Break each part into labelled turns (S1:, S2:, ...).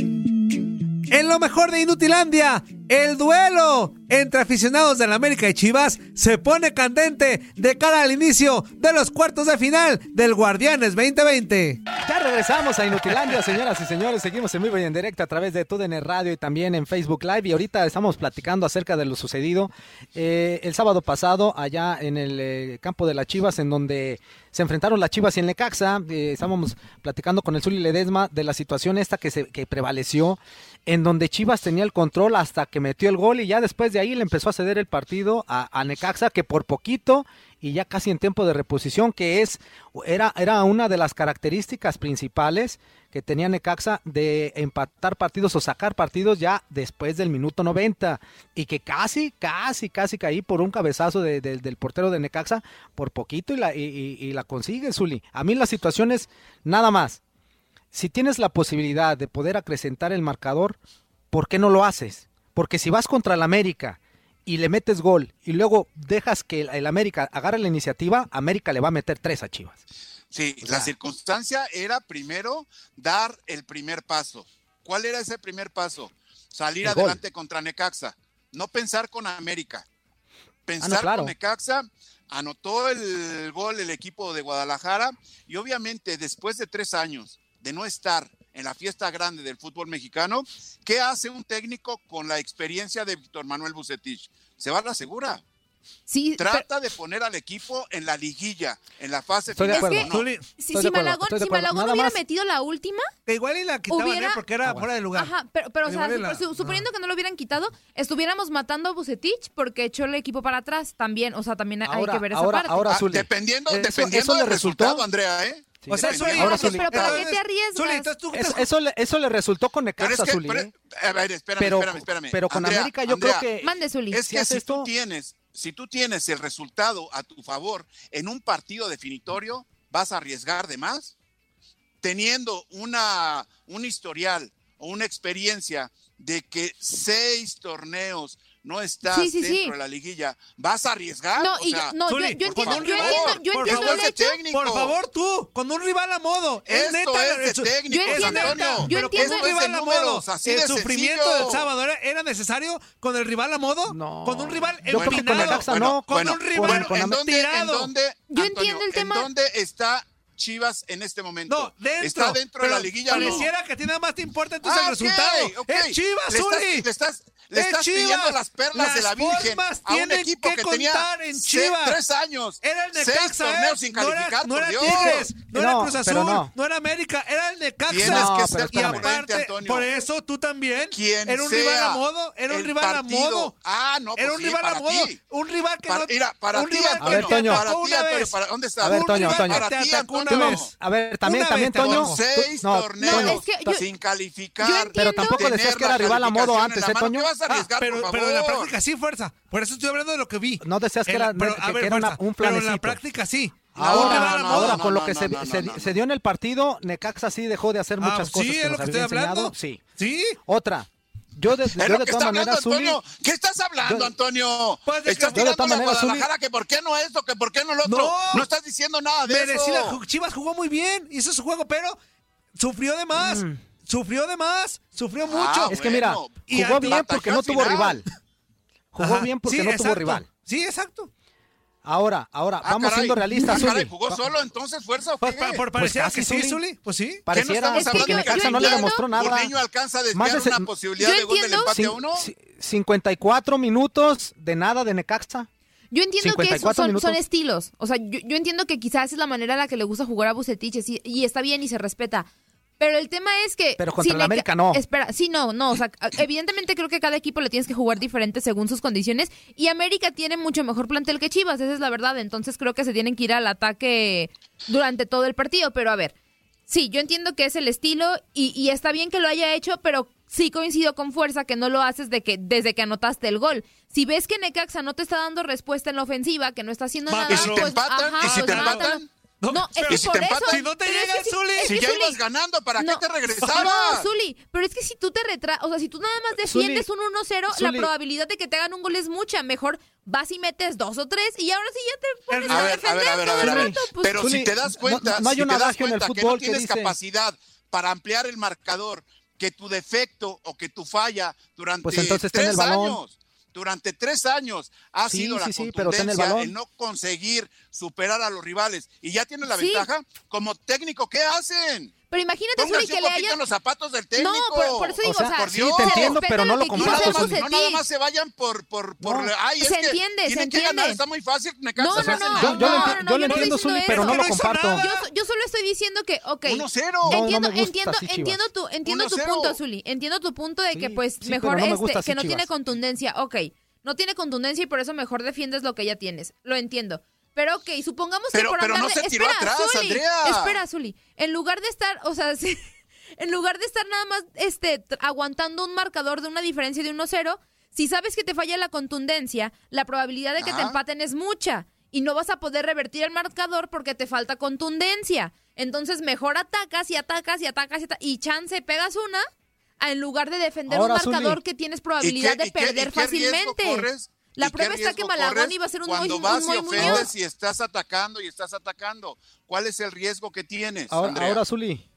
S1: En lo mejor de Inutilandia, el duelo entre aficionados de la América y Chivas se pone candente de cara al inicio de los cuartos de final del Guardianes 2020.
S2: Ya regresamos a Inutilandia, señoras y señores. Seguimos en vivo y en directo a través de TUDN Radio y también en Facebook Live. Y ahorita estamos platicando acerca de lo sucedido eh, el sábado pasado allá en el eh, campo de las Chivas, en donde se enfrentaron las Chivas y el Necaxa. Eh, estábamos platicando con el Zuli Ledesma de la situación esta que, se, que prevaleció, en donde Chivas tenía el control hasta que metió el gol y ya después de ahí le empezó a ceder el partido a, a Necaxa, que por poquito y ya casi en tiempo de reposición, que es era, era una de las características principales que tenía Necaxa de empatar partidos o sacar partidos ya después del minuto 90 y que casi, casi, casi caí por un cabezazo de- de- del portero de Necaxa por poquito y la, y, y- y la consigue Zuli. A mí la situación es nada más. Si tienes la posibilidad de poder acrecentar el marcador, ¿por qué no lo haces? Porque si vas contra el América y le metes gol y luego dejas que el, el América agarre la iniciativa, América le va a meter tres a Chivas.
S3: Sí, la circunstancia era primero dar el primer paso. ¿Cuál era ese primer paso? Salir
S2: El gol.
S3: adelante contra Necaxa. No pensar con América. Pensar
S2: claro.
S3: con Necaxa. Anotó el gol el equipo de Guadalajara y obviamente después de tres años de no estar en la fiesta grande del fútbol mexicano, ¿qué hace un técnico con la experiencia de Víctor Manuel Bucetich? Se va a la segura.
S4: Sí, pero-
S3: Trata de poner al equipo en la liguilla, en la fase
S2: Estoy de
S3: final.
S2: acuerdo.
S4: Es que-
S3: ¿no?
S1: Zuli,
S4: si,
S2: Estoy
S4: si
S2: de acuerdo,
S4: Malagón,
S2: estoy de
S4: si
S2: acuerdo.
S4: Malagón
S2: Nada
S4: hubiera
S2: más-
S4: metido la última,
S1: Que igual y la quitaban,
S4: Hubiera-
S1: ¿eh? Porque era
S2: Ah, bueno.
S1: fuera de lugar.
S4: ajá, pero, pero, o sea,
S1: Igual y la-
S4: su- su- suponiendo que no lo hubieran quitado, estuviéramos matando a Bucetich porque echó el equipo para atrás también, o sea, también hay
S2: Ahora-
S4: que ver esa
S2: ahora-
S4: parte.
S2: ahora-
S3: Ah,
S2: Zuli.
S3: dependiendo,
S2: Eso-
S3: dependiendo
S2: eso le
S3: del
S2: resultó.
S3: resultado, Andrea, ¿eh?
S1: O
S2: pues
S1: sea, eso
S3: Dependiendo
S1: era-
S3: del
S2: Ahora,
S3: resultado.
S2: Zuli,
S4: pero ¿para qué
S1: Entonces,
S4: te arriesgas?
S1: Zuli, entonces tú-
S2: Eso, eso le, eso le resultó con
S3: Pero es
S2: Necaxa,
S3: que,
S2: Zuli.
S3: pero-
S2: ¿eh?
S3: a ver, espérame,
S2: Pero,
S3: espérame, espérame.
S2: pero con
S3: Andrea,
S2: América yo
S3: Andrea,
S2: creo que...
S4: Mande, Zuli.
S3: Es
S2: ¿qué
S3: que
S2: hace
S3: si
S2: esto?
S3: tú tienes, si tú tienes el resultado a tu favor en un partido definitorio, vas a arriesgar de más. Teniendo una, un historial o una experiencia de que seis torneos no estás
S4: Sí, sí,
S3: dentro
S4: sí.
S3: de la liguilla, vas a arriesgar.
S4: No,
S3: O
S4: y
S3: sea,
S4: yo, no, yo-
S1: Zuli,
S4: yo,
S1: por
S4: entiendo,
S1: favor,
S4: yo
S1: por
S4: entiendo,
S1: favor,
S4: yo
S3: por
S4: entiendo
S3: favor,
S4: el
S3: ese
S4: hecho.
S3: técnico.
S1: Por favor, tú, con un rival a modo. Es
S3: Esto
S1: neta,
S3: es de
S1: su-
S3: técnicos,
S4: Yo entiendo-
S3: Antonio.
S4: yo
S1: pero
S4: entiendo-
S1: con un
S3: Esto es de
S1: rival a modo.
S3: números, así
S1: El
S3: de
S1: sufrimiento
S3: sencillo.
S1: del sábado ¿era, era necesario con el rival a modo.
S2: No.
S1: Con un rival
S2: Yo creo que con
S1: empinado.
S2: Necaxa no,
S1: con un rival
S3: bueno,
S2: con
S3: ¿en
S2: América.
S3: dónde,
S1: tirado.
S3: en dónde,
S4: Yo
S3: Antonio,
S4: entiendo el tema.
S3: ¿En dónde está Chivas en este momento?
S1: No, dentro.
S3: Está dentro de
S1: pero
S3: la liguilla. ¿no?
S1: Pareciera que a ti nada más te importa entonces
S3: Ah,
S1: el resultado.
S3: ok, ok.
S1: Es Chivas,
S3: le estás,
S1: Zuli.
S3: Le estás, le
S1: Es
S3: estás pillando
S1: Chivas.
S3: las perlas de la
S1: Las
S3: Virgen
S1: formas
S3: a un
S1: tienen
S3: equipo
S1: que
S3: que, tenía
S1: contar en
S3: se-
S1: Chivas.
S3: tres años,
S1: Era el
S3: seis
S1: Necaxa, ¿eh?
S3: torneos sin calificar,
S1: no era, no
S3: por
S1: era
S3: Dios.
S1: Tigres, no, era
S2: No,
S1: Cruz Azul,
S2: pero no.
S1: no. era América, era el
S3: Tienes
S1: Necaxa.
S2: No,
S3: que
S2: pero
S3: ser
S1: y
S2: espérame.
S3: congruente,
S1: aparte,
S3: Antonio.
S1: por eso tú también,
S3: Quien
S1: era un
S3: sea
S1: rival a modo, era un
S3: el
S1: rival a
S3: partido.
S1: modo.
S3: Ah, no,
S1: era
S3: pues
S1: un
S3: sí,
S1: rival a
S3: para
S1: modo,
S3: ti.
S1: un rival que
S3: Para,
S1: no
S3: mira, para
S1: un
S3: ti,
S1: rival que
S3: Antonio,
S1: te
S2: A ver, Toño.
S1: atacó
S3: para ti,
S1: una
S3: Antonio,
S1: vez.
S3: para- ¿dónde está?
S2: A ver,
S1: Un
S2: Toño,
S1: rival
S2: Toño.
S1: que te
S3: Para ti,
S1: atacó una
S2: tú no-
S1: vez.
S2: A ver, también,
S1: Una
S2: también,
S1: vez,
S2: Toño.
S1: Toño.
S2: tú-
S3: seis
S2: no,
S3: torneos
S2: Toño,
S4: No, es que yo-
S3: sin calificar.
S4: yo entiendo-
S2: Pero tampoco
S3: tener
S2: decías que
S3: la
S2: era rival a modo
S3: calificación
S2: antes,
S3: en la
S2: ¿eh,
S3: mano.
S2: Toño?
S3: ¿Qué vas a Ah, arriesgar,
S1: Ah, pero,
S3: por
S1: pero en la
S3: favor?
S1: práctica sí, fuerza. Por eso estoy hablando de lo que vi.
S2: No decías que
S1: En la-
S2: era-
S1: pero,
S2: que-
S1: a
S2: que
S1: ver,
S2: era una-
S1: fuerza,
S2: un
S1: Pero en la
S2: planecito.
S1: práctica sí.
S2: Ahora,
S1: Ahora,
S3: Ah, no,
S2: ahora
S3: no,
S2: por
S3: no,
S2: lo que
S3: no,
S2: se,
S3: no, no,
S2: se-
S3: no, no.
S2: se dio en el partido, Necaxa sí dejó de hacer muchas
S1: Ah,
S2: cosas.
S1: sí,
S2: que
S1: es lo
S2: nos
S1: que
S2: había
S1: estoy hablando.
S2: enseñado, Sí.
S1: Sí.
S2: Otra. Yo de,
S3: Es
S2: Pues yo
S3: lo
S2: de
S3: que
S2: todas
S3: está hablando,
S2: maneras, Zuli,
S3: Antonio. ¿Qué estás hablando,
S2: Yo-
S3: Antonio?
S1: Pues,
S3: estás
S1: yo
S2: de
S3: tirando
S2: todas
S3: a
S2: maneras, Zuli-
S3: Guadalajara que por qué no esto, que por qué no lo otro.
S1: No.
S3: No, estás diciendo nada de
S1: Merecida,
S3: eso.
S1: ju- Chivas jugó muy bien, hizo su juego, pero sufrió de más.
S4: Mm.
S1: Sufrió de más, sufrió mucho.
S3: Ah,
S2: Es que mira,
S3: Bueno,
S2: jugó
S1: y
S2: bien
S1: ante-
S2: porque
S3: batalló
S2: no
S3: al
S2: tuvo
S3: final.
S2: rival. Jugó
S1: Ajá,
S2: bien porque
S1: sí,
S2: no
S1: exacto.
S2: tuvo rival.
S1: Sí, exacto.
S2: Ahora, ahora,
S3: Ah,
S2: vamos
S3: caray.
S2: siendo
S3: Ah,
S2: realistas, Zuli.
S3: caray, ¿Jugó solo entonces fuerza o qué?
S1: Pues, pa- por
S2: Pues
S3: ah,
S1: parecer
S2: casi,
S1: que sí,
S2: Zuli.
S1: Zuli, pues sí.
S3: ¿Qué no
S2: Pareciera
S3: estamos
S4: Es que
S3: hablando
S4: yo-
S3: de
S4: yo
S2: Necaxa no le
S4: entiendo-
S2: demostró nada.
S3: Burniño alcanza a
S2: Más
S3: desviar
S2: de
S3: una
S2: se-
S3: posibilidad
S4: yo
S3: de gol del
S4: entiendo-
S3: empate
S2: Cin-
S3: a uno.
S2: ci- 54 minutos de nada de Necaxa.
S4: Yo entiendo que es-
S2: 54
S4: son,
S2: minutos.
S4: son estilos. O sea, yo, yo entiendo que quizás es la manera en la que le gusta jugar a Bucetich y, y está bien y se respeta. Pero el tema es que...
S2: Pero contra el
S4: Neca-
S2: América no.
S4: Espera, sí, no, no. O sea, evidentemente creo que a cada equipo le tienes que jugar diferente según sus condiciones. Y América tiene mucho mejor plantel que Chivas, esa es la verdad. Entonces creo que se tienen que ir al ataque durante todo el partido. Pero a ver, sí, yo entiendo que es el estilo y, y está bien que lo haya hecho, pero sí coincido con fuerza que no lo haces de que, desde que anotaste el gol. Si ves que Necaxa no te está dando respuesta en la ofensiva, que no está haciendo
S1: Va,
S4: nada,
S1: ¿y si te
S4: pues,
S3: empatan?
S4: ajá,
S3: ¿Y si
S4: pues,
S3: te
S4: mátalo.
S3: empatan?
S4: No,
S1: No,
S4: es
S1: pero
S4: que
S3: si te
S4: por
S3: empatan-
S4: eso.
S1: Si no te
S4: pero es
S1: llega
S4: que
S1: el Zuli.
S4: es
S3: Si
S4: que
S3: ya
S4: Zuli-
S3: ibas ganando, ¿para
S4: no,
S3: qué te
S4: No,
S3: regresabas?
S4: Zuli, pero es que si tú te retras, o sea, si tú nada más
S2: Zuli,
S4: defiendes un 1-0, la
S2: Zuli.
S4: probabilidad de que te hagan un gol es mucha. Mejor vas y metes dos o tres y ahora sí ya te pones
S3: A
S4: a,
S3: ver, a
S4: defender
S3: ver, a ver, a
S4: todo
S3: ver, a
S4: el
S3: ver.
S4: rato, pues,
S3: Pero
S2: Zuli,
S3: si te das
S2: no-
S3: cuenta,
S2: no hay
S3: si
S2: un
S3: te das
S2: adagio en el
S3: cuenta que
S2: fútbol
S3: no
S2: que
S3: tienes
S2: dice-
S3: capacidad para ampliar el marcador, que tu defecto o que tu falla durante
S2: Pues entonces ten
S3: tres
S2: el balón.
S3: años, durante tres años ha
S2: Sí,
S3: sido la
S2: sí, sí, pero ten el
S3: contundencia,
S2: balón.
S3: el no conseguir superar a los rivales y ya tienes la
S4: Sí.
S3: ventaja como técnico, ¿qué hacen?
S4: Pero imagínate, Zuli,
S3: Pónganse
S4: que
S3: un
S4: le
S3: poquito
S4: hayas
S3: en los zapatos del técnico.
S4: No, por, por eso digo, o sea,
S3: por
S2: sí,
S3: Dios.
S2: te
S4: se
S2: entiendo,
S4: respeta
S2: pero no lo
S4: que
S3: No
S4: quiso
S2: compares
S3: nada,
S4: hacer
S2: con
S3: más, no
S4: Bucetich.
S3: nada más se vayan por... por, por
S2: No.
S3: ay, es
S4: Se
S3: que
S4: entiende, se
S3: tienen que ganar,
S4: entiende.
S3: está muy fácil, Necaxa.
S4: No,
S2: O sea,
S4: no, no.
S2: yo- yo lo
S4: no,
S2: enti- yo
S4: no, no,
S2: lo
S4: yo no
S2: entiendo,
S4: estoy
S2: Zuli,
S4: diciendo
S2: pero no
S4: eso.
S2: lo
S1: No hizo
S2: comparto.
S1: nada.
S4: Yo, so- yo solo estoy diciendo que, ok.
S3: 1-0.
S2: No, no
S4: entiendo,
S2: me gusta
S4: entiendo,
S2: así Chivas.
S4: entiendo tu, entiendo tu
S3: 1-0.
S4: punto, Zuli. Entiendo tu punto de que,
S2: Sí,
S4: pues,
S2: sí, pero
S4: mejor
S2: no me gusta
S4: este,
S2: así
S4: que no
S2: Chivas.
S4: tiene contundencia. Ok, no tiene contundencia y por eso mejor defiendes lo que ya tienes. Lo entiendo. Pero ok, supongamos que
S3: Pero-
S4: por
S3: pero no
S4: andarle-
S3: se tiró
S4: espera,
S3: atrás,
S4: Zuli,
S3: Andrea.
S4: Espera, Zuli. En lugar de estar, o sea, sí, en lugar de estar nada más este, tr- aguantando un marcador de una diferencia de 1-0, si sabes que te falla la contundencia, la probabilidad de que te
S3: Ajá.
S4: empaten es mucha y no vas a poder revertir el marcador porque te falta contundencia. Entonces, mejor atacas y atacas y atacas y, ata- y chance pegas una a- en lugar de defender
S2: Ahora,
S4: un marcador
S2: Zuli.
S4: que tienes
S3: ¿Y
S4: probabilidad
S3: qué-
S4: de
S3: y qué-
S4: perder
S3: y qué riesgo
S4: fácilmente.
S3: corres? ¿Y
S4: La
S3: qué
S4: prueba está que
S3: riesgo
S4: Malagón
S3: corres
S4: iba a ser un muy,
S3: cuando
S4: un
S3: vas
S4: muy
S3: y
S4: Muñoz.
S3: ofendes y estás atacando y estás atacando. ¿Cuál es el riesgo que tienes,
S2: Ahora,
S3: Andrea?
S2: ahora Zuli.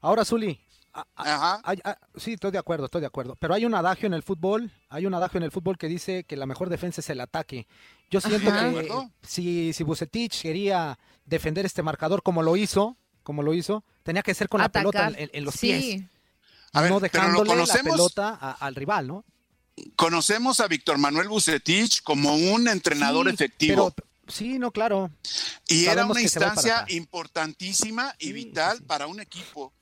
S2: Ahora Zuli. A- a-
S3: Ajá.
S2: hay- a- sí, estoy de acuerdo, estoy de acuerdo. Pero hay un adagio en el fútbol, hay un adagio en el fútbol que dice que la mejor defensa es el ataque. Yo siento
S4: Ajá.
S3: ¿De
S2: que
S3: acuerdo?
S2: si, si Bucetich quería defender este marcador como lo hizo, como lo hizo, tenía que ser con la pelota en, en los
S4: Sí.
S2: pies,
S3: A ver,
S2: no
S3: pero lo
S2: dejándole la
S3: conocemos.
S2: pelota a- al rival, ¿no?
S3: Conocemos a Víctor Manuel Bucetich como un entrenador
S2: Sí,
S3: efectivo.
S2: pero- sí, no, claro.
S3: y era
S2: sabemos
S3: una
S2: que se va para
S3: instancia
S2: acá.
S3: importantísima y
S2: Sí,
S3: vital
S2: sí, sí.
S3: para un equipo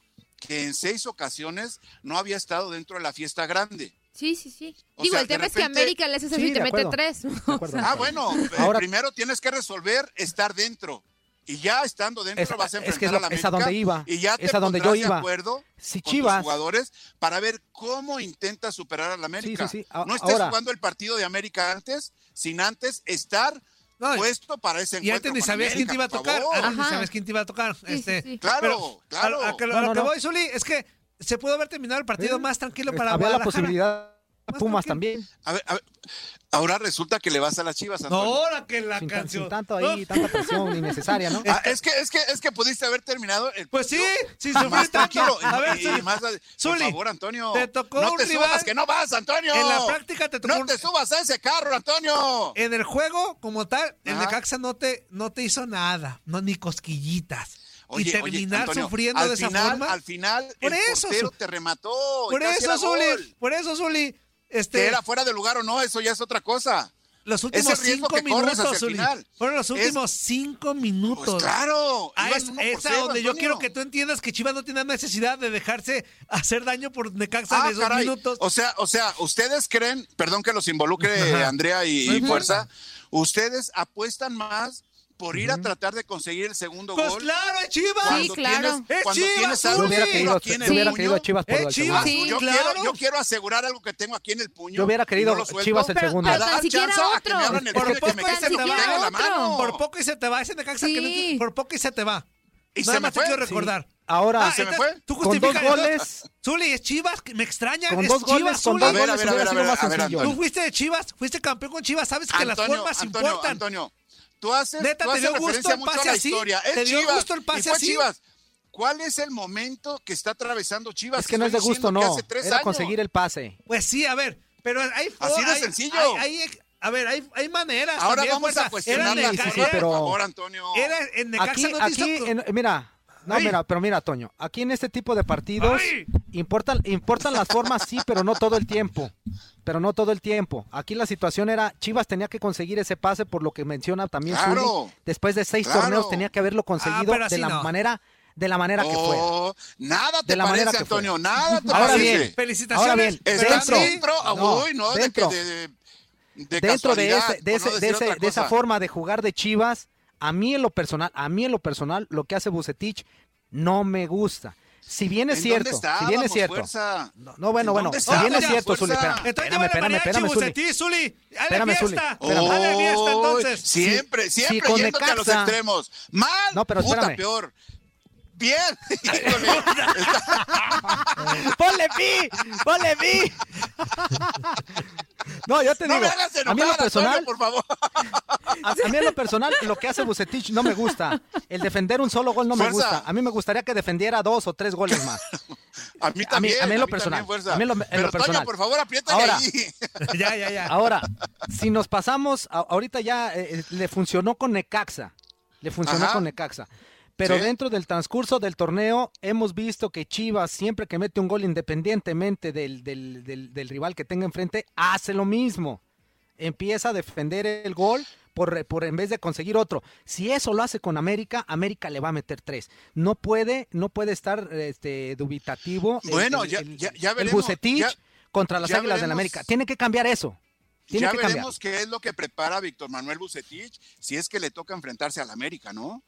S3: que en seis ocasiones no había estado dentro de la fiesta grande.
S4: Sí, sí, sí.
S3: O
S4: Digo,
S3: sea,
S4: el
S3: de
S4: tema es que
S3: repente-
S4: América le hace eso
S2: Sí,
S4: y te
S2: de
S4: mete
S2: acuerdo.
S4: tres.
S2: De acuerdo.
S3: Ah, bueno, eh,
S2: Ahora-
S3: primero tienes que resolver estar dentro. Y ya estando dentro
S2: Es-
S3: vas a
S2: es
S3: enfrentar
S2: que es
S3: a
S2: lo-
S3: la
S2: es a
S3: América.
S2: donde iba,
S3: Y ya te
S2: es a donde yo
S3: pondrás de
S2: iba.
S3: acuerdo
S2: Si
S3: con tus
S2: Chivas,
S3: jugadores para ver cómo intenta superar al América.
S2: sí, sí. A-
S3: no estés
S2: ahora-
S3: jugando el partido de América antes, sin antes estar
S1: No, y-
S3: puesto para ese
S1: Y
S3: encuentro.
S1: antes ni
S3: pues, con
S1: sabías quién te iba a
S3: América, por
S1: tocar.
S3: favor.
S1: Antes ni
S4: Ajá.
S1: sabías quién te iba a tocar.
S4: Sí,
S1: este,
S4: sí, sí.
S3: Claro,
S1: pero
S3: claro.
S1: A, a que lo,
S2: No,
S1: a
S2: no,
S1: que
S2: no.
S1: voy, Zuli, es que se pudo haber terminado el partido
S2: Eh,
S1: más tranquilo para
S2: Había la
S1: Guadalajara.
S2: posibilidad de
S1: Más
S2: Pumas
S1: tranquilo.
S2: también.
S3: A ver, a ver, ahora resulta que le vas a las Chivas.
S1: No,
S3: Antonio.
S1: ahora que la
S2: Sin, tan-
S1: canción.
S2: sin tanto ahí,
S1: No,
S2: tanta presión innecesaria, ¿no?
S3: Ah, es que es que es que pudiste haber terminado el
S1: Pues sí,
S3: partido
S1: sin
S3: más
S1: sufrir tanto.
S3: tranquilo y-
S1: A ver,
S3: y
S1: Zuli,
S3: más- por
S1: Zuli,
S3: favor Antonio
S1: te tocó
S3: no
S1: un
S3: te
S1: rival-
S3: subas que no vas Antonio
S1: en la práctica te tocó
S3: no
S1: un- Eh,
S3: te subas a ese carro Antonio
S1: en el juego como tal, el
S3: Ajá.
S1: Necaxa no te, no te hizo nada, no ni cosquillitas. y terminar
S3: Antonio,
S1: sufriendo
S3: al
S1: de esa
S3: final,
S1: forma.
S3: al final
S1: Por
S3: el
S1: eso,
S3: portero
S1: Zuli.
S3: te remató y
S1: por
S3: casi
S1: eso,
S3: era gol.
S1: Zuli, por eso, Zuli,
S3: que
S1: este,
S3: era fuera de lugar o no eso ya es otra cosa
S1: los
S3: ese
S1: últimos
S3: riesgo
S1: cinco
S3: que corres hacia
S1: minutos,
S3: el
S1: Zuli,
S3: final.
S1: fueron los
S3: Es-
S1: últimos cinco minutos.
S3: pues claro
S1: Ah,
S3: ibas
S1: es,
S3: uno por
S1: es a
S3: cero,
S1: donde yo
S3: Antonio.
S1: quiero que tú entiendas que Chivas no tiene necesidad de dejarse hacer daño por Necaxa
S3: Ah,
S1: en esos
S3: caray.
S1: minutos.
S3: O sea, o sea, ustedes creen, perdón que los involucre
S1: Ajá.
S3: Andrea y,
S1: No
S3: y
S1: importa.
S3: Fuerza, ustedes apuestan más por ir a tratar de conseguir el segundo
S1: Pues
S3: gol.
S1: claro, es Chivas.
S4: Sí, claro.
S3: Tienes, Eh,
S1: ¡Es
S3: cuando
S1: Chivas,
S3: tienes
S2: Yo
S3: algo
S1: Uli!
S2: hubiera
S1: Sí.
S2: querido,
S3: seguro aquí en el
S4: Sí.
S2: yo hubiera
S3: puño,
S2: querido a Chivas por
S1: Eh,
S2: lo del
S1: Chivas.
S2: segundo.
S4: Sí,
S3: yo,
S1: claro.
S3: quiero, yo quiero asegurar algo que tengo aquí en el puño.
S2: Yo hubiera
S3: y
S2: querido
S3: no lo suelto.
S2: Chivas el
S4: Pero-
S2: segundo.
S4: pero
S3: Para
S4: tan
S3: dar
S4: siquiera
S3: chance a que me
S4: otro.
S3: abran el
S1: Por
S3: puño y que
S1: poco
S3: me
S1: y se
S3: quiten
S1: te
S3: el
S1: va.
S3: dedo de la mano.
S1: Por poco y se te va ese Necaxa. que
S4: Sí.
S1: no- por poco y se te va.
S3: Y
S1: Nada
S3: se me
S1: más te
S3: fue.
S1: quiero recordar.
S2: Ahora,
S1: Ah,
S3: se me
S1: entonces,
S3: fue.
S1: Tú
S2: Con dos
S1: justificas entonces-
S2: goles.
S1: Zuli, es Chivas. Me extraña.
S2: con
S1: es
S2: dos
S1: Chivas,
S2: goles, con
S1: Zuli.
S2: dos
S3: A ver, a
S2: goles
S3: ver, a
S2: hubiera
S3: ver,
S2: sido más
S3: a ver, a ver,
S2: sencillo.
S1: Tú
S3: Antonio.
S1: fuiste de Chivas, fuiste campeón con Chivas, sabes que las formas
S3: Antonio,
S1: importan.
S3: Antonio, tú haces,
S1: Neta,
S3: tú
S1: ¿te
S3: haces
S1: dio gusto
S3: referencia
S1: el
S3: mucho a
S1: pase
S3: la
S1: así?
S3: historia. Es
S1: ¿Te dio
S3: Chivas,
S1: gusto el
S3: y
S1: pase
S3: fue
S1: así?
S3: Chivas. ¿Cuál es el momento que está atravesando Chivas?
S2: Es que no es de
S3: Estoy
S2: gusto,
S3: diciendo que
S2: no.
S3: hace tres
S2: Era
S3: años.
S2: conseguir el pase.
S1: Pues sí, a ver, pero hay for-
S3: Así de
S1: hay-
S3: sencillo.
S1: hay- hay- a ver, hay, hay maneras.
S3: Ahora
S1: también,
S3: vamos
S1: fuerza.
S3: a cuestionar
S1: Era
S3: la
S1: Neca-
S2: sí, sí,
S3: forma,
S2: pero-
S3: por favor, Antonio.
S1: Era en Necaxa
S2: Aquí,
S1: no te hizo-
S2: aquí, en- mira. No,
S1: Ay.
S2: mira, pero mira, Toño, aquí en este tipo de partidos
S1: Ay.
S2: importan, importan las formas, sí, pero no todo el tiempo. Pero no todo el tiempo. Aquí la situación era, Chivas tenía que conseguir ese pase por lo que menciona también Zuli.
S3: Claro.
S2: Después de seis
S3: Claro.
S2: torneos tenía que haberlo conseguido
S1: Ah, pero
S2: de
S1: así
S2: la
S1: no.
S2: manera, de la manera que fue.
S3: Oh, nada te
S2: De la manera
S3: parece,
S2: que fue.
S3: Antonio, nada te
S2: Ahora
S3: parece.
S2: bien,
S1: felicitaciones.
S2: ahora bien,
S1: pero
S3: Está
S2: dentro.
S3: dentro, ah,
S1: así-
S2: No,
S3: uy, no, de-
S2: dentro.
S3: de, de- de
S2: dentro de,
S3: casualidad,
S2: ese- de,
S3: por no
S2: ese- de
S3: decir
S2: ese-
S3: otra
S2: de esa
S3: cosa.
S2: forma de jugar de Chivas, a mí en lo personal, a mí en lo personal, lo que hace Bucetich no me gusta. Si bien es
S3: ¿En
S2: cierto,
S3: dónde
S2: si bien es
S3: estábamos,
S2: cierto.
S3: fuerza?
S2: No, no, bueno,
S3: ¿En
S2: bueno,
S3: dónde
S2: si bien es
S3: estábamos,
S2: cierto, Zuli,
S3: fuerza?
S1: Entonces
S2: espera, espérame,
S1: llévale
S2: espérame,
S1: mariachi,
S2: espérame, Zuli.
S1: Bucetich, Zuli. Dale
S2: Espérame, Zuli.
S1: fiesta.
S2: Espérame.
S1: Dale fiesta,
S3: Oh,
S1: entonces.
S2: si
S3: Siempre, siempre
S2: con
S3: yéndote a los
S2: Necaxa-
S3: extremos. Mal,
S2: No, pero
S3: puta,
S2: espérame.
S3: peor. Bien, híjole.
S2: ¡Ponle pi! ¡Ponle pi! No, yo te
S3: no me
S2: digo,
S3: hagas enojar,
S2: a mí en lo
S3: Antonio,
S2: personal,
S3: por favor.
S2: a, a mí en lo personal, lo que hace Bucetich no me gusta. El defender un solo gol no me
S3: Fuerza.
S2: gusta. A mí me gustaría que defendiera dos o tres goles más.
S3: A mí también,
S2: a mí en lo
S3: también,
S2: personal,
S3: fuerza.
S2: a mí en lo- en lo
S3: Pero, Toño,
S2: personal.
S3: por favor, apriétale
S2: Ahora.
S3: ahí.
S1: Ya, ya, ya.
S2: Ahora, si nos pasamos, a- ahorita ya eh, eh, le funcionó con Necaxa. Le funcionó
S3: Ajá.
S2: con Necaxa. Pero
S3: Sí.
S2: dentro del transcurso del torneo hemos visto que Chivas siempre que mete un gol independientemente del, del- del- del rival que tenga enfrente, hace lo mismo. Empieza a defender el gol por, re- por en vez de conseguir otro. Si eso lo hace con América, América le va a meter tres. No puede, no puede estar este, dubitativo el-
S3: Bueno,
S2: el,
S3: ya-
S2: el-
S3: ya- ya
S2: el
S3: veremos,
S2: Vucetich
S3: ya-
S2: contra las
S3: ya
S2: Águilas del
S3: veremos.
S2: América. Tiene que cambiar eso. Tiene
S3: ya
S2: que cambiar.
S3: veremos qué es lo que prepara Víctor Manuel Bucetich si es que le toca enfrentarse al América, ¿no?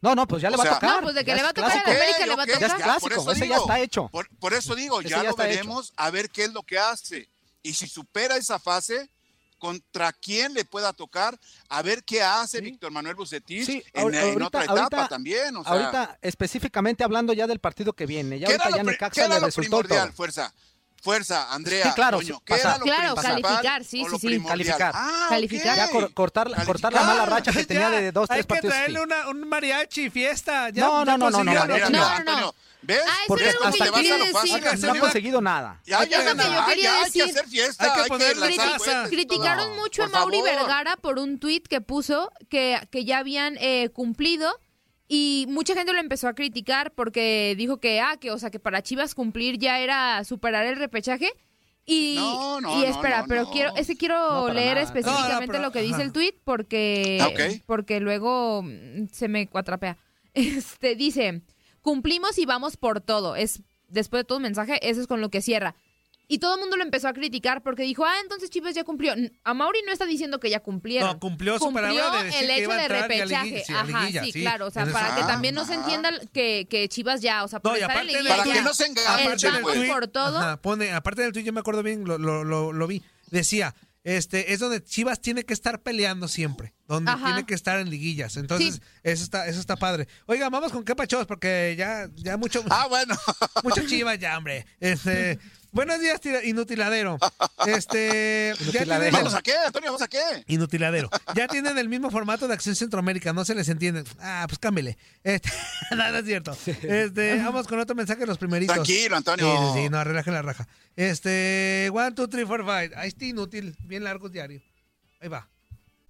S2: No, no, pues ya
S3: O
S2: le va a
S3: sea-
S2: tocar.
S4: No, pues de que
S2: Ya
S4: le
S2: es
S4: va a tocar a
S2: clásico.
S4: la América, le va a
S3: Ah, ok,
S2: Ya es
S4: tocar.
S2: clásico,
S3: por eso
S2: ese ya
S3: digo,
S2: está hecho.
S3: Por, por eso digo,
S2: Ese
S3: ya,
S2: ya
S3: lo
S2: está hecho.
S3: veremos a ver qué es lo que hace. Y si supera esa fase, contra quién le pueda tocar, a ver qué hace
S2: Sí.
S3: Víctor Manuel Bucetich
S2: Sí,
S3: en,
S2: ahor-
S3: en
S2: ahorita-
S3: otra etapa
S2: ahorita-
S3: también. O sea,
S2: Ahorita, específicamente hablando ya del partido que viene, ya
S3: ¿qué era
S2: ahorita
S3: lo,
S2: ya
S3: pri- qué
S2: Necaxa
S3: era
S2: le
S3: lo
S2: resultó
S3: primordial?
S2: todo.
S3: Fuerza, fuerza, Andrea.
S2: Sí, claro,
S3: Toño,
S2: sí,
S3: ¿qué era
S2: pasar.
S3: lo
S4: Claro,
S3: principal
S4: calificar, sí,
S3: o lo
S4: sí, sí.
S3: primordial?
S2: Calificar.
S3: Ah, ok.
S4: Calificar.
S2: Ya cor- cortar,
S3: Calificar.
S2: cortar la mala racha que
S1: Ah, Ya,
S2: tenía de dos,
S1: Hay
S2: tres
S1: que
S2: partidos.
S1: traerle
S2: sí.
S1: una, un mariachi, fiesta. Ya, ya
S2: No, no, no, no, no,
S1: consiguieron.
S2: mariachi
S3: Mira,
S4: no.
S3: Antonio, ¿ves?
S4: Ah, eso
S2: Porque
S4: era lo
S2: hasta
S4: que
S2: aquí
S4: quería
S2: no
S3: lo pasan,
S4: decir.
S1: Oiga,
S4: Ah,
S2: No pues, ha
S1: Antonio.
S2: conseguido nada.
S3: Ya,
S1: Es
S3: ya,
S1: lo que
S3: ya,
S1: yo
S4: quería
S3: ya, hay que
S4: decir.
S3: hacer fiesta,
S1: Hay que
S3: hay que,
S1: ponerle
S3: lanzar
S1: salsa.
S3: cohetes y todo.
S4: Criticaron
S2: No,
S4: mucho a
S3: por
S4: Mauri
S3: favor.
S4: Vergara por un tuit que puso que, que ya habían eh, cumplido y mucha gente lo empezó a criticar porque dijo que, ah, que, o sea, que para Chivas cumplir ya era superar el repechaje. Y,
S3: No, no,
S4: y
S3: no,
S4: espera,
S3: no,
S4: pero
S3: no.
S4: quiero, es que
S2: No,
S4: quiero
S2: para
S4: leer
S2: nada.
S4: específicamente
S1: No, no, pero-
S4: lo que dice
S1: ajá.
S4: el tuit porque,
S3: Ah, ok.
S4: porque luego mm, se me cuatrapea. Este, dice, cumplimos y vamos por todo. Es, después de todo el mensaje, eso es con lo que cierra. Y todo el mundo lo empezó a criticar porque dijo, ah, entonces Chivas ya cumplió. N- A Mauri no está diciendo que ya cumplieron.
S1: No, cumplió su palabra de decir
S4: el
S1: que
S4: hecho
S1: iba a
S4: de
S1: entrar y a
S4: repechaje.
S1: liguilla- sí, a
S4: Ajá,
S1: liguilla,
S4: sí,
S1: sí.
S4: claro. O sea,
S1: Eso
S4: para
S3: es-
S4: que
S3: Ah,
S4: también no se
S3: ajá.
S4: entienda que, que Chivas ya, o sea, por
S1: No, y
S4: estar en
S1: aparte
S4: la
S1: del
S4: liguilla
S3: Para que
S4: ya-
S3: no se enganche,
S4: el
S1: aparte del
S4: vamos
S3: güey.
S1: tuit,
S4: por todo.
S1: ajá, pone, aparte del tuit, yo me acuerdo bien, lo, lo, lo, lo vi. Decía, este, es donde Chivas tiene que estar peleando siempre, donde
S4: Ajá.
S1: tiene que estar en liguillas. Entonces,
S4: Sí.
S1: eso está, eso está padre. Oiga, vamos con qué pachos, porque ya, ya mucho,
S3: Ah, bueno.
S1: mucho Chivas ya, hombre. Este, buenos días, tira- inutiladero. Este, ya
S2: Inutiladero.
S1: tienen-
S3: ¿Vamos a qué, Antonio? ¿Vamos a qué?
S1: Inutiladero. Ya tienen el mismo formato de Acción Centroamérica, no se les entiende. Ah, pues cámbiale. Este, no, no es cierto. Este, vamos con otro mensaje de los primeritos.
S3: Tranquilo, Antonio.
S1: Sí, sí, sí, no, relaje la raja. Este, one, two, three, four, five. Ahí está inútil, bien largo diario. Ahí va.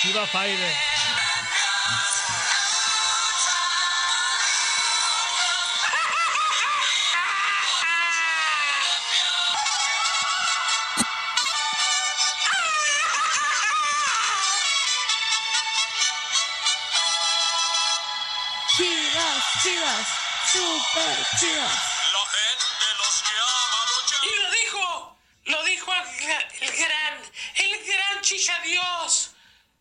S5: Chiva Fire.
S4: Chivas, chivas, super chivas.
S6: La gente los que ama luchar.
S7: Y lo dijo, lo dijo el, gra- el gran, el gran chicha Dios.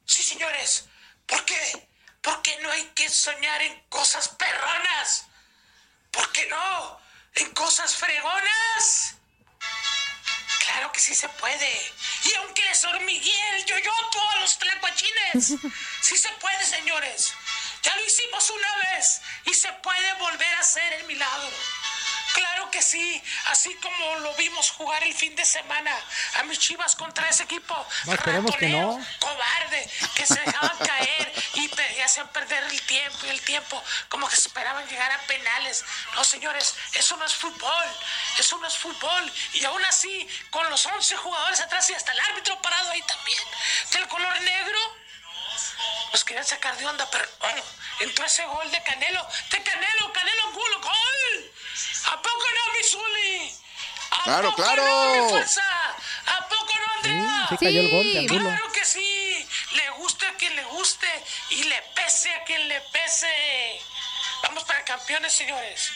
S7: Sí, señores, ¿por qué? Porque no hay que soñar en cosas perronas. ¿Por qué no? En cosas fregonas. Claro que sí se puede. Y aunque les hormigué el yoyoto a los tlacuachines, sí se puede, señores. Ya lo hicimos una vez y se puede volver a hacer el milagro. Claro que sí, así como lo vimos jugar el fin de semana a mis chivas contra ese equipo.
S2: No, esperemos que
S7: ratonero,
S2: no.
S7: Cobarde, que se dejaban caer y, pe- y hacían perder el tiempo y el tiempo, como que esperaban llegar a penales. No, señores, eso no es fútbol, eso no es fútbol. Y aún así, con los 11 jugadores atrás y hasta el árbitro parado ahí también, del color negro, nos querían sacar de onda, pero bueno, entró ese gol de Canelo, de Canelo, Canelo, culo, gol. ¿A poco no, mi Zuli? ¿A
S3: Claro,
S7: poco
S3: claro.
S7: no, mi fuerza? ¿A poco no, Andrea?
S2: Sí, cayó el gol de
S4: Sí.
S2: Angulo.
S7: Claro que sí. Le guste a quien le guste y le pese a quien le pese. Vamos para campeones, señores.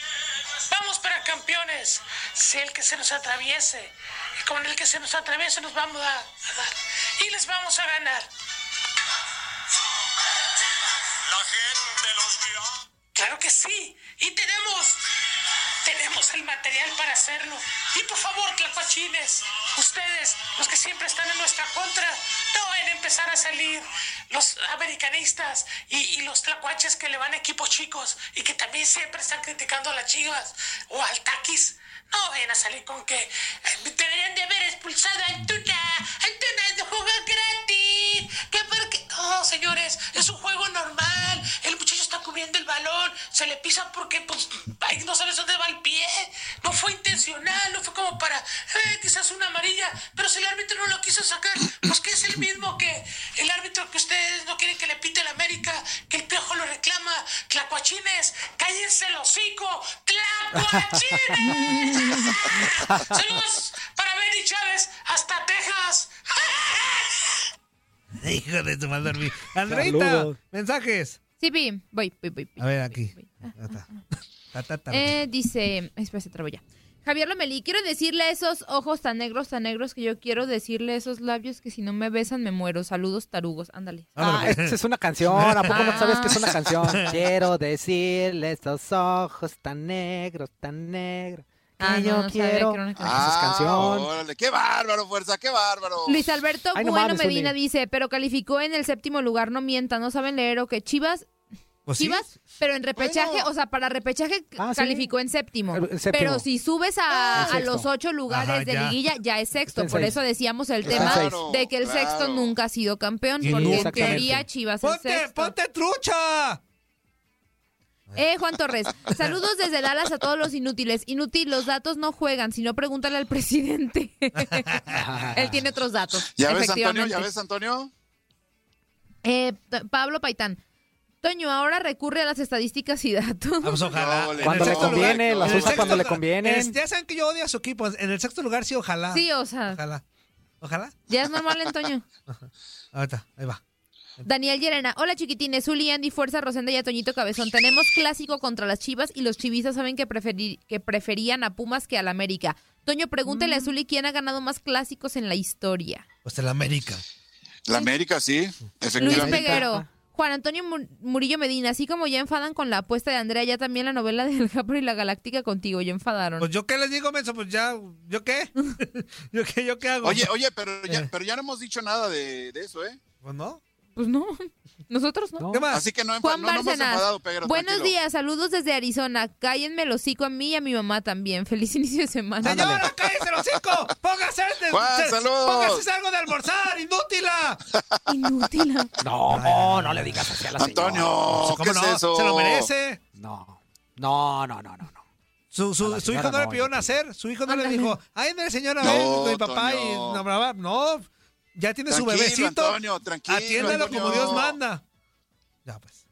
S7: Vamos para campeones. Si el que se nos atraviese, con el que se nos atraviese nos vamos a, a dar. Y les vamos a ganar.
S6: La gente los que ama.
S7: Claro que sí. Y tenemos, tenemos el material para hacerlo. Y por favor, clapachines, ustedes, los que siempre están en nuestra contra, no van a empezar a salir los americanistas y, y los tlacuaches que le van a equipos chicos y que también siempre están criticando a las chivas o al taquis. No vayan a salir con que eh, deberían de haber expulsado a Antuna. Antuna es de jugar gratis. ¿Qué por qué? No, señores, es un juego normal. El muchacho está cubriendo el balón. Se le pisa porque pues, ay, no sabes dónde va el pie. No fue intencional, no fue como para eh, quizás una amarilla. Pero si el árbitro no lo quiso sacar, pues que es el mismo que el árbitro que ustedes no quieren que le pite el América, que el piojo lo reclama. Tlacuachines, cállense el hocico. ¡Tlacuachines! Saludos para Benny Chávez hasta Texas.
S5: Hijo de tu mal dormir. Andreita,
S2: Saludos.
S5: mensajes.
S4: Sí, pi, voy, voy, voy. voy,
S5: A ver,
S4: voy,
S5: aquí.
S4: voy.
S5: Ya está. Ta, ta, ta.
S4: Eh, dice, espera, se trabó ya. Javier Lomelí, quiero decirle a esos ojos tan negros, tan negros que yo quiero decirle a esos labios que si no me besan me muero. Saludos, tarugos. Ándale.
S2: Ah,
S5: Ándale.
S2: esta es una canción. ¿A poco no sabes que es una canción? Quiero decirle estos ojos tan negros, tan negros. Que
S4: Ah, no,
S2: yo
S4: no sabía
S2: quiero.
S4: que era una
S2: Ah, esa es canción.
S3: órale, qué bárbaro, fuerza, qué bárbaro.
S4: Luis Alberto
S2: Ay, no
S4: Bueno
S2: mames,
S4: Medina
S2: Uli.
S4: dice, pero calificó en el séptimo lugar, no mientan, no saben leer o que Chivas,
S5: Pues sí.
S4: Chivas, pero en repechaje, o sea, para repechaje
S2: ¿Oh, Ah, sí.
S4: calificó en séptimo.
S2: El- el séptimo.
S4: Pero si subes a,
S2: Ah.
S4: a los
S2: Sexto.
S4: ocho lugares
S5: Ajá,
S4: de
S5: ya.
S4: liguilla, ya es
S2: Está
S4: sexto.
S2: en
S4: Por
S2: seis.
S4: eso decíamos el
S3: Está en
S4: tema
S3: seis.
S4: de que el
S3: Claro.
S4: sexto nunca ha sido campeón,
S5: Y
S4: porque en
S2: exactamente.
S4: teoría Chivas es
S5: ¡Ponte,
S4: sexto.
S5: ponte trucha!
S4: Eh, Juan Torres, saludos desde Dallas a todos los inútiles. Inútil, los datos no juegan, si no pregúntale al presidente. Él tiene otros datos.
S3: ¿Ya ves, Antonio?
S4: efectivamente.
S3: ¿Ya ves, Antonio?
S4: Eh, T- Pablo Paitán, Toño, ahora recurre a las estadíficas y
S1: Ah,
S4: datos.
S1: pues,
S5: Vamos,
S3: No,
S5: ojalá.
S3: le-
S5: En
S2: Cuando
S5: el
S2: le
S5: sexto lugar-
S2: conviene,
S5: en
S2: las
S5: el
S2: usa
S5: sexto
S2: cuando le
S5: lugar-
S2: conviene.
S5: en- ya saben que yo odio a su equipo. En el sexto lugar sí, ojalá.
S1: ah.
S4: Sí, o sea,
S5: Ojalá. Ojalá.
S4: ya es normal, Antonio.
S5: Ahorita, ahí va.
S4: Daniel Llerena, hola chiquitines, Uli, Andy, Fuerza, Rosenda y Atoñito Cabezón. Tenemos clásico contra las Chivas y los chivistas saben que, preferir- que preferían a Pumas que al América. Toño, pregúntele a Zuli quién ha ganado más clásicos en la historia.
S5: Pues el América.
S3: La América, sí,
S4: Luis
S3: efectivamente.
S4: Peguero. Juan Antonio Mur- Murillo Medina, así como ya enfadan con la apuesta de Andrea, ya también la novela del Capro y la Galáctica contigo, ya enfadaron.
S5: Pues yo qué les digo, menso, pues ya, ¿yo qué? ¿Yo qué, yo qué hago?
S3: Oye, oye, pero
S4: Eh.
S3: ya, pero ya no hemos dicho nada de, de eso, ¿eh?
S5: Pues no.
S4: Pues no, nosotros no.
S2: No.
S5: ¿Qué más?
S3: Así que no, enfa-
S4: Ah, Juan
S3: no, no hemos
S4: Bárcenas.
S3: enfadado, Peguero.
S4: Buenos
S3: tranquilo.
S4: días, saludos desde Arizona. Cállenme el hocico a mí y a mi mamá también. Feliz inicio de semana.
S5: ¡Señora, cállese los cinco! ¡Póngase antes!
S3: Juan,
S5: se-
S3: salud.
S5: ¡Póngase algo de almorzar! ¡Inútila!
S4: Inútil.
S2: No, no, no le digas así a la señora.
S3: Ah,
S5: Pues,
S3: Antonio,
S5: ¿Cómo
S3: ¿qué
S5: no?
S3: es eso?
S5: Se lo merece.
S2: No, no, no, no, no. no.
S1: Su, su-
S2: A la
S1: su hijo
S2: señora
S1: no le
S2: no,
S1: pidió
S2: yo creo.
S1: nacer, su hijo no le
S4: Ándale.
S1: dijo, ay, mire señora,
S3: No,
S1: ven con mi papá
S3: Toño.
S1: y no, brava". no, ya tiene su
S3: Tranquilo,
S1: bebecito,
S3: Antonio, tranquilo,
S1: atiéndalo como
S3: Antonio.
S1: Dios manda. Ya pues,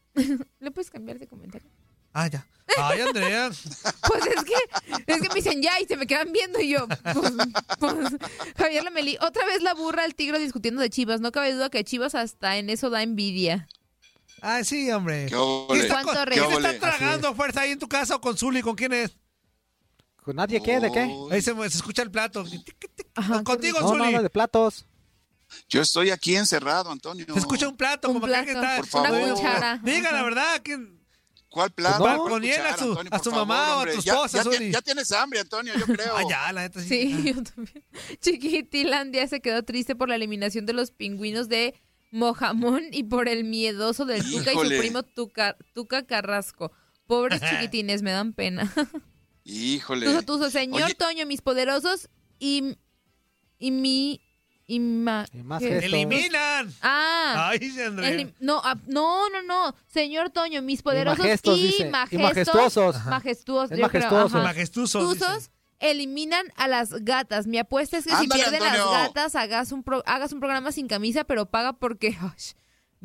S4: ¿Le puedes cambiar de comentario?
S1: ah, ya. Ay, Andrea,
S4: Pues es que, es que me dicen ya y se me quedan viendo y yo, pues, pues, Javier Lameli, otra vez la burra al tigre discutiendo de Chivas. No cabe duda que Chivas hasta en eso da envidia.
S1: ay, sí, hombre.
S3: ¿Qué óvole?
S1: está,
S4: ¿Cuánto
S1: co-
S4: re-
S3: ¿Qué
S1: quién está
S3: óvole?
S1: tragando fuerza ahí en tu casa o con Zuli? ¿Con quién es?
S2: ¿Con nadie qué? ¿De qué?
S3: Uy,
S1: Ahí se, se escucha el plato. Tic, tic, tic.
S4: Ajá, qué
S1: Contigo,
S2: No,
S1: Zuli.
S2: nada de platos.
S3: Yo estoy aquí encerrado, Antonio.
S1: Se escucha un plato,
S4: Un
S1: como que alguien
S4: plato,
S1: está.
S3: Por favor.
S4: una cuchara.
S1: Diga la
S4: Ajá.
S1: verdad, ¿quién?
S3: ¿Cuál plato?
S2: Pues no.
S3: ¿Cuál
S1: Con hiel a
S3: cuchara,
S1: su-
S3: Antonio,
S1: a
S3: por
S1: su mamá o a
S3: hombre?
S1: tus
S3: Ya-
S1: cosas,
S3: ya, ti-
S1: Uli.
S3: ya tienes hambre, Antonio, yo creo.
S1: Ah, ya, la neta sí.
S4: Sí, yo también. Chiquitilandia se quedó triste por la eliminación de los pingüinos de Mojamón y por el miedoso del Tuca y
S3: Híjole.
S4: su primo Tuca, Tuca Carrasco. Pobres chiquitines, me dan pena.
S3: Híjole.
S4: Tuso, tuso, señor
S3: Oye.
S4: Toño, mis poderosos y, y mi... Y, ma-
S2: Y más
S4: ¿qué?
S2: gestos.
S1: ¡Eliminan!
S4: Ah,
S1: Ay, Andrea.
S4: Elim- no, ah, no, no, no, señor Toño, mis poderosos y,
S2: majestos, dice. Y
S4: majestos-
S2: majestuosos. Ajá.
S4: majestuosos,
S2: Es
S4: yo creo,
S2: majestuoso.
S4: ajá.
S1: Majestuoso.
S4: Tusos eliminan a las gatas. Mi apuesta es que si
S3: Ándale,
S4: pierden
S3: Antonio.
S4: las gatas, hagas un, pro- hagas un programa sin camisa, pero paga porque... ay,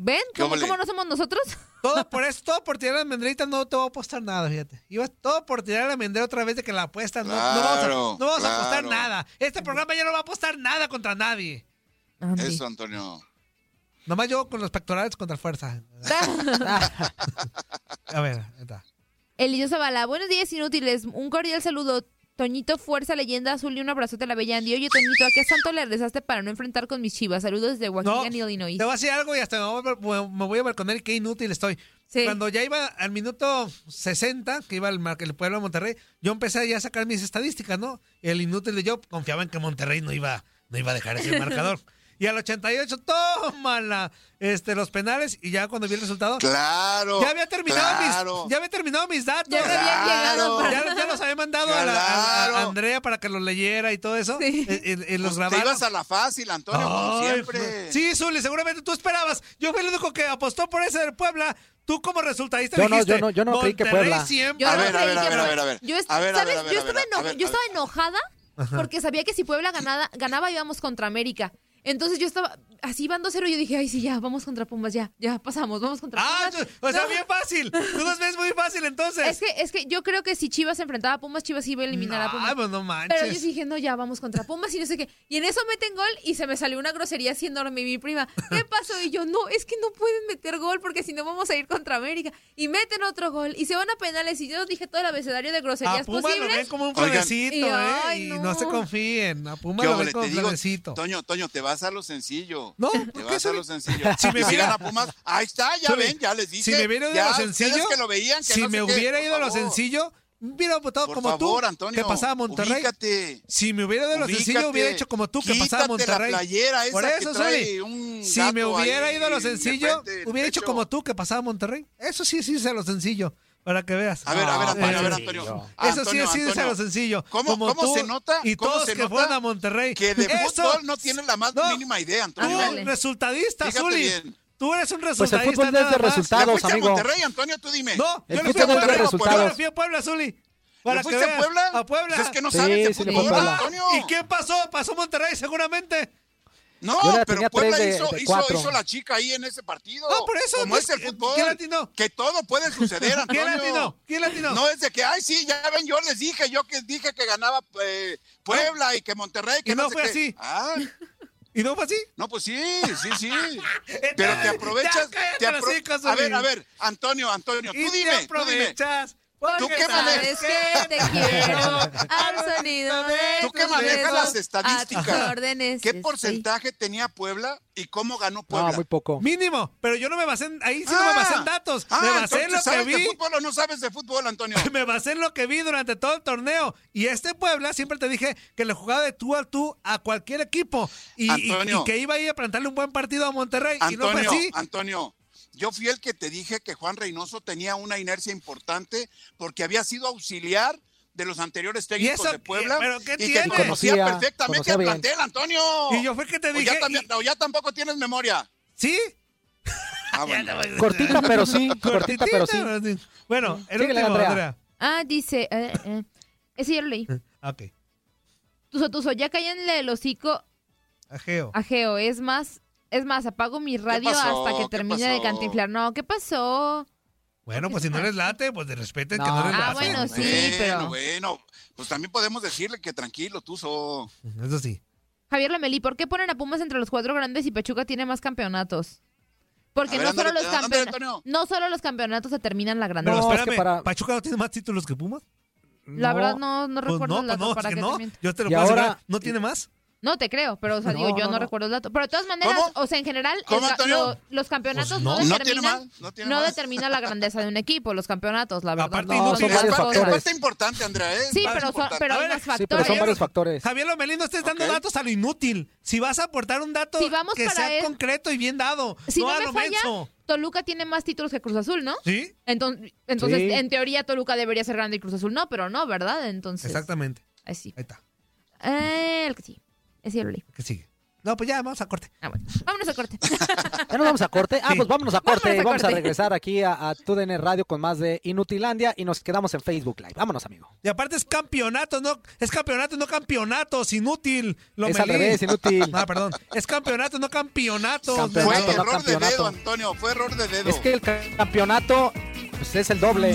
S4: ¿Ven
S3: ¿Qué
S4: cómo,
S3: ole?
S4: cómo no somos nosotros?
S1: Todo por eso, todo por tirar la mendrita no te voy a apostar nada, fíjate. Ibas todo por tirar la mendrita otra vez de que la apuestas. no- no, vamos, a,
S3: Claro,
S1: no vamos a apostar
S3: claro.
S1: nada. Este programa ya no va a apostar nada contra nadie.
S4: Andy.
S3: Eso, Antonio.
S1: Nomás yo con los pectorales contra fuerza. A ver, ahí está.
S4: Eliseo Zavala, buenos días inútiles. Un cordial saludo. Toñito, fuerza, leyenda azul y un abrazote a la bella Andy. Oye, Toñito, ¿a qué santo le rezaste para no enfrentar con mis chivas? Saludos desde Waukegan, Illinois.
S1: Te voy a decir algo y hasta me voy a ver- me voy a balconar y qué inútil estoy.
S4: Sí.
S1: Cuando ya iba al minuto 60, que iba el, mar- el pueblo de Monterrey, yo empecé ya a sacar mis estadísticas, ¿no? El inútil de yo confiaba en que Monterrey no iba, no iba a dejar ese marcador. Y al 88, tómala, este, los penales, y ya cuando vi el resultado,
S3: Claro.
S1: ya había terminado
S3: claro.
S1: mis, ya había terminado mis datos.
S4: Ya había
S3: Claro.
S4: llegado para-
S1: Ya, ya los había mandado a, la- a- a- a
S3: Claro.
S1: Andrea para que los leyera y todo eso.
S4: Sí.
S1: Y, y- y los
S3: Pues Te
S1: grabara.
S3: ibas a la fácil, Antonio, como
S1: Ay,
S3: siempre.
S1: Sí, Zuli, seguramente tú esperabas. Yo fui el único que apostó por ese del Puebla. Tú como resultadista
S2: Yo no,
S1: dijiste,
S2: yo no, yo no creí que
S1: Monterrey
S2: Puebla.
S1: siempre.
S4: Yo
S3: A
S4: no
S3: ver, a
S4: creí
S3: ver, a
S4: que
S3: ver,
S4: no.
S3: a ver, a ver.
S4: Yo, est-
S3: A ver, a
S4: ¿sabes?
S3: ver, a ver,
S4: Yo
S3: a ver,
S4: estaba,
S3: a ver,
S4: eno- yo
S3: a ver.
S4: estaba enojada porque sabía que si Puebla ganada, ganaba íbamos contra América. Entonces yo estaba así van 2-0 y yo dije, ay, sí, ya, vamos contra Pumas, ya, ya, pasamos, vamos contra
S1: Ah,
S4: Pumas.
S1: o sea,
S4: No,
S1: bien fácil. Tú los ves muy fácil entonces.
S3: pues,
S4: Es que, es que yo creo que si Chivas enfrentaba a Pumas, Chivas iba a eliminar a Pumas.
S1: Ay, pues no
S4: Pero yo
S1: manches.
S4: dije, no, ya vamos contra Pumas y no sé qué. Y en eso meten gol y se me salió una grosería así enorme. Y mi prima, ¿qué pasó? Y yo, no, es que no pueden meter gol porque si no vamos a ir contra América. Y meten otro gol y se van a penales. Y yo dije todo el abecedario de
S1: a
S4: groserías
S1: Puma lo ven
S4: posibles.
S1: como un
S3: Oigan.
S1: florecito,
S4: Y,
S1: ¿eh?
S4: ay,
S1: Y
S4: no.
S1: no se confíen. A Puma
S3: ¿Qué
S1: lo
S3: ole?
S1: ven como
S3: Te
S1: un
S3: digo,
S1: florecito.
S3: Toño, Toño, te vas a lo sencillo.
S1: No,
S3: te
S1: ¿por qué,
S3: vas a
S1: Zuli?
S3: lo sencillo.
S1: Si me
S3: Y
S1: hubiera-
S3: gana Pumas, ahí está, ya
S1: Zuli,
S3: ven, ya les dije.
S1: Si me hubiera ido
S3: Ya,
S1: a lo
S3: ustedes
S1: sencillo,
S3: que lo veían, que
S1: si
S3: no sé
S1: me
S3: qué,
S1: hubiera
S3: por
S1: ido a lo
S3: favor.
S1: sencillo, hubiera votado
S3: Por
S1: como
S3: favor,
S1: tú,
S3: Antonio,
S1: que pasaba a Monterrey.
S3: ubícate.
S1: Si me hubiera ido a lo
S3: Ubícate.
S1: sencillo, hubiera hecho como tú, que pasaba a
S3: Quítate la
S1: Monterrey.
S3: playera esa
S1: Por
S3: que
S1: eso,
S3: trae
S1: Zuli,
S3: un
S1: si me
S3: gato
S1: hubiera
S3: ahí
S1: ido a lo
S3: de
S1: sencillo,
S3: frente del
S1: hubiera hecho
S3: pecho.
S1: como tú, que pasaba a Monterrey. Eso sí, sí es a lo sencillo, para que veas.
S3: A ver, a ver,
S2: No,
S3: Antonio, a ver,
S2: sí,
S3: Antonio. Ah,
S2: yo.
S1: Eso sí,
S3: Antonio,
S1: sí es a lo
S3: Antonio,
S1: sencillo.
S3: ¿Cómo-
S1: como
S3: cómo
S1: tú
S3: se nota?
S1: Y
S3: ¿Cómo
S1: todos
S3: se
S1: que
S3: nota
S1: fueron a Monterrey.
S3: Que de
S1: Eso-
S3: fútbol no tienes la más
S1: No.
S3: mínima idea,
S1: Tú,
S3: Antonio.
S4: Ándale.
S1: resultadista,
S3: Fíjate
S1: Zuli.
S3: bien.
S1: Tú eres un
S2: Pues el
S1: resultadista.
S2: fútbol no es de
S1: nada más.
S2: resultados.
S3: ¿Le
S2: Dados,
S3: fuiste a
S2: amigo.
S3: Monterrey, Antonio? Tú dime.
S1: No,
S2: El
S1: yo le fui
S2: fútbol
S1: a
S2: no es de
S1: Puebla.
S2: resultados.
S1: Yo le fui a Puebla, Zuli. Para
S3: ¿Le
S1: que
S3: fuiste a
S1: veas.
S3: Puebla?
S1: A Puebla.
S3: Pues es que no
S2: Sí,
S3: sabes de
S2: sí le
S3: fútbol,
S2: fue a Puebla.
S3: Antonio.
S1: ¿Y qué pasó? Pasó Monterrey, seguramente.
S3: No,
S2: Yo la
S3: pero
S2: tenía
S3: Puebla
S2: tres de-
S3: hizo,
S2: de
S3: hizo-
S2: cuatro.
S3: hizo la chica ahí en ese partido.
S1: No, por eso,
S3: Como
S1: pues,
S3: es el
S1: ¿quién-
S3: fútbol.
S1: quién la atinó?
S3: Que todo puede suceder, Antonio.
S1: ¿Quién la atinó? ¿Quién la atinó?
S3: No es de que, ay, sí, ya ven, yo les dije, yo que dije que ganaba eh, Puebla y que Monterrey. Que
S1: Ah, Y no
S3: sé
S1: fue
S3: qué.
S1: así.
S3: Ah,
S1: ¿Y no fue así?
S3: no, pues sí, sí, sí. Pero te
S1: Ya,
S3: aprovechas.
S1: cállate
S3: te apro-
S1: los hijos,
S3: a ver,
S1: Zuli.
S3: a ver, Antonio, Antonio, tú
S1: Y te
S3: dime, tú dime.
S1: aprovechas.
S3: ¿Tú
S1: porque
S3: qué
S4: Sabes
S3: manejas?
S4: que te quiero al sonido de
S3: ¿Tú qué
S4: tus
S3: manejas
S4: besos,
S3: las estadísticas?
S4: a tus órdenes
S3: ¿Qué
S4: estoy.
S3: porcentaje tenía Puebla y cómo ganó
S2: No,
S3: Puebla?
S2: muy poco.
S1: Mínimo, pero yo no me basé en, ahí sí no
S3: Ah,
S1: me basé en datos,
S3: Ah,
S1: me basé en
S3: entonces,
S1: lo que
S3: ¿sabes de
S1: vi,
S3: fútbol o no sabes de fútbol, Antonio?
S1: me basé en lo que vi durante todo el torneo y este Puebla siempre te dije que le jugaba de tú a tú a cualquier equipo y, y-
S3: Antonio.
S1: y que iba a ir a plantarle un buen partido a Monterrey y no
S3: Antonio,
S1: fue así.
S3: Antonio, yo fui el que te dije que Juan Reynoso tenía una inercia importante porque había sido auxiliar de los anteriores técnicos
S1: eso
S3: de Puebla
S1: qué? ¿Pero qué
S3: y
S1: tiene?
S3: que conocía,
S2: Conocía,
S3: perfectamente
S2: conocía
S3: el
S2: bien.
S3: plantel, Antonio.
S1: Y yo fue que te
S3: O
S1: dije,
S3: ya, también-
S1: y-
S3: o ya tampoco tienes memoria.
S1: ¿Sí? pues,
S3: Ah, bueno.
S2: Cortita, pero sí. Cortita, pero sí.
S1: Cortitita, pero sí. Bueno, el
S2: Síguele,
S1: último,
S2: Andrea.
S1: Andrea.
S4: Ah, dice. eh, eh. Ese ya lo leí.
S1: Ah, Ok.
S4: Tuso, tuso, ya cállenle el hocico
S1: Ajeo.
S4: a Geo. Es más, es más, apago mi radio
S3: pasó?
S4: hasta que
S3: ¿Qué
S4: termine de
S3: pasó?
S4: cantinflar. No, ¿qué pasó?
S1: Bueno, pues si no les late, pues de respeten que
S2: No.
S1: no les
S4: Ah,
S1: late.
S4: bueno, sí, pero-
S3: bueno, pues también podemos decirle que tranquilo, Tuzo.
S1: Eso sí.
S4: Javier Lamelí, ¿por qué ponen a Pumas entre los cuatro grandes y Pachuca tiene más campeonatos? Porque
S3: A ver,
S4: no solo
S3: ándale,
S4: los
S3: ándale,
S4: campeonatos,
S3: Antonio.
S4: no solo los campeonatos determinan la grandeza.
S1: Pero
S2: No, es que
S1: espérame,
S2: para-
S1: ¿Pachuca no tiene más títulos que Pumas?
S4: la verdad no, no
S1: Pues
S4: recuerdo
S1: no,
S4: el
S1: pues
S4: dato
S1: no, es
S4: para
S1: que
S4: que
S1: no.
S4: termine.
S1: Yo te lo
S2: Y
S1: puedo asegurar,
S2: ahora-
S1: ¿No tiene más?
S4: No te creo, pero o sea,
S2: No,
S4: digo, yo
S2: no,
S4: no,
S2: no.
S4: recuerdo el dato. Pero de todas maneras,
S3: ¿Cómo?
S4: o sea, en general, el
S3: ¿Cómo,
S4: ga-
S3: Antonio?
S4: lo- los campeonatos
S1: Pues
S4: no,
S1: no.
S3: No tiene
S4: determinan,
S3: más, no tiene más.
S4: determinan la grandeza de un equipo, los campeonatos, la verdad.
S1: Aparte,
S4: no,
S1: no, son
S4: son varios
S2: varios
S4: factores.
S2: factores.
S3: Parte importante, Andrea, ¿eh?
S4: Sí,
S3: Parte
S4: pero, son,
S3: importante.
S4: pero
S1: A ver,
S4: hay más
S1: sí, pero
S2: Sí, pero
S4: factores.
S2: son varios factores.
S1: Javier Lomelí, no estés dando
S3: Ok.
S1: datos a lo inútil. Si vas a aportar un dato
S4: Si vamos
S1: que
S4: para
S1: sea
S4: él-
S1: concreto y bien dado,
S4: Si no,
S1: a
S4: me
S1: lo
S4: falla,
S1: ah, menso.
S4: Toluca tiene más títulos que Cruz Azul, ¿no?
S1: Sí,
S4: Entonces, entonces
S2: Sí.
S4: en teoría, Toluca debería ser grande y Cruz Azul no, pero no, ¿verdad? Entonces,
S1: exactamente.
S4: así.
S1: Ahí está,
S4: Eh, el que sí. Ese ya lo leí.
S1: que sigue. No, pues ya, vamos a corte.
S4: Ah, bueno. Vámonos a corte.
S2: ¿Ya nos vamos a corte? Ah,
S1: Sí.
S2: pues vámonos a corte.
S4: Vámonos a
S2: Vamos a
S4: corte.
S2: regresar aquí a, a TUDN Radio con más de Inutilandia y nos quedamos en Facebook Live. Vámonos, amigo.
S1: Y aparte es campeonato, no es campeonato, no campeonatos, inútil. Lomelí.
S2: Es al revés, inútil.
S1: Ah, perdón. Es campeonato, no campeonato.
S3: Fue
S2: Campeonato, no
S3: error de
S2: campeonato.
S3: dedo, Antonio, fue error de dedo.
S2: Es que el ca- campeonato pues, es el doble.